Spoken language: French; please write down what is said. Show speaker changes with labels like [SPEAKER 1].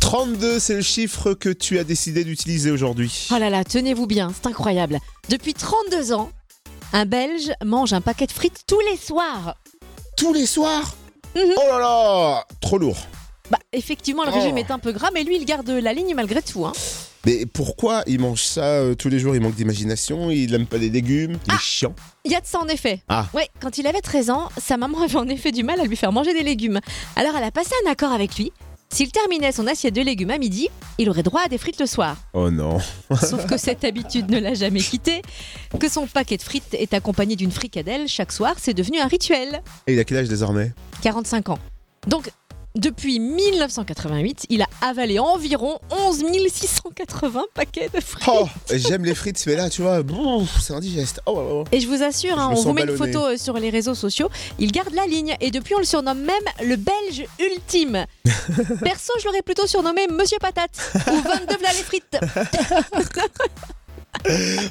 [SPEAKER 1] 32, c'est le chiffre que tu as décidé d'utiliser aujourd'hui.
[SPEAKER 2] Oh là là, tenez-vous bien, c'est incroyable. Depuis 32 ans, un Belge mange un paquet de frites tous les soirs.
[SPEAKER 1] Tous les soirs
[SPEAKER 2] Mhm.
[SPEAKER 1] Oh là là Trop lourd.
[SPEAKER 2] Bah, effectivement, le
[SPEAKER 1] Oh.
[SPEAKER 2] régime est un peu gras, mais lui, il garde la ligne malgré tout. hein.
[SPEAKER 1] Mais pourquoi il mange ça euh, tous les jours Il manque d'imagination, il n'aime pas les légumes, il est chiant.
[SPEAKER 2] Il y a de ça en effet.
[SPEAKER 1] Ah.
[SPEAKER 2] Ouais, quand il avait 13 ans, sa maman avait en effet du mal à lui faire manger des légumes. Alors elle a passé un accord avec lui. S'il terminait son assiette de légumes à midi, il aurait droit à des frites le soir.
[SPEAKER 1] Oh non.
[SPEAKER 2] Sauf que cette habitude ne l'a jamais quitté. Que son paquet de frites est accompagné d'une fricadelle chaque soir, c'est devenu un rituel.
[SPEAKER 1] Et il a quel âge désormais
[SPEAKER 2] 45 ans. Donc, depuis 1988, il a avalé environ 11 680 paquets de frites.
[SPEAKER 1] Oh J'aime les frites, mais là, tu vois, bon, c'est indigeste. Oh, oh, oh.
[SPEAKER 2] Et je vous assure,
[SPEAKER 1] Je
[SPEAKER 2] hein,
[SPEAKER 1] me
[SPEAKER 2] on
[SPEAKER 1] sens
[SPEAKER 2] vous met une
[SPEAKER 1] ballonné.
[SPEAKER 2] photo euh, sur les réseaux sociaux, il garde la ligne et depuis on le surnomme même le Belge ultime. Perso, je l'aurais plutôt surnommé Monsieur Patate ou 22 v'là les frites.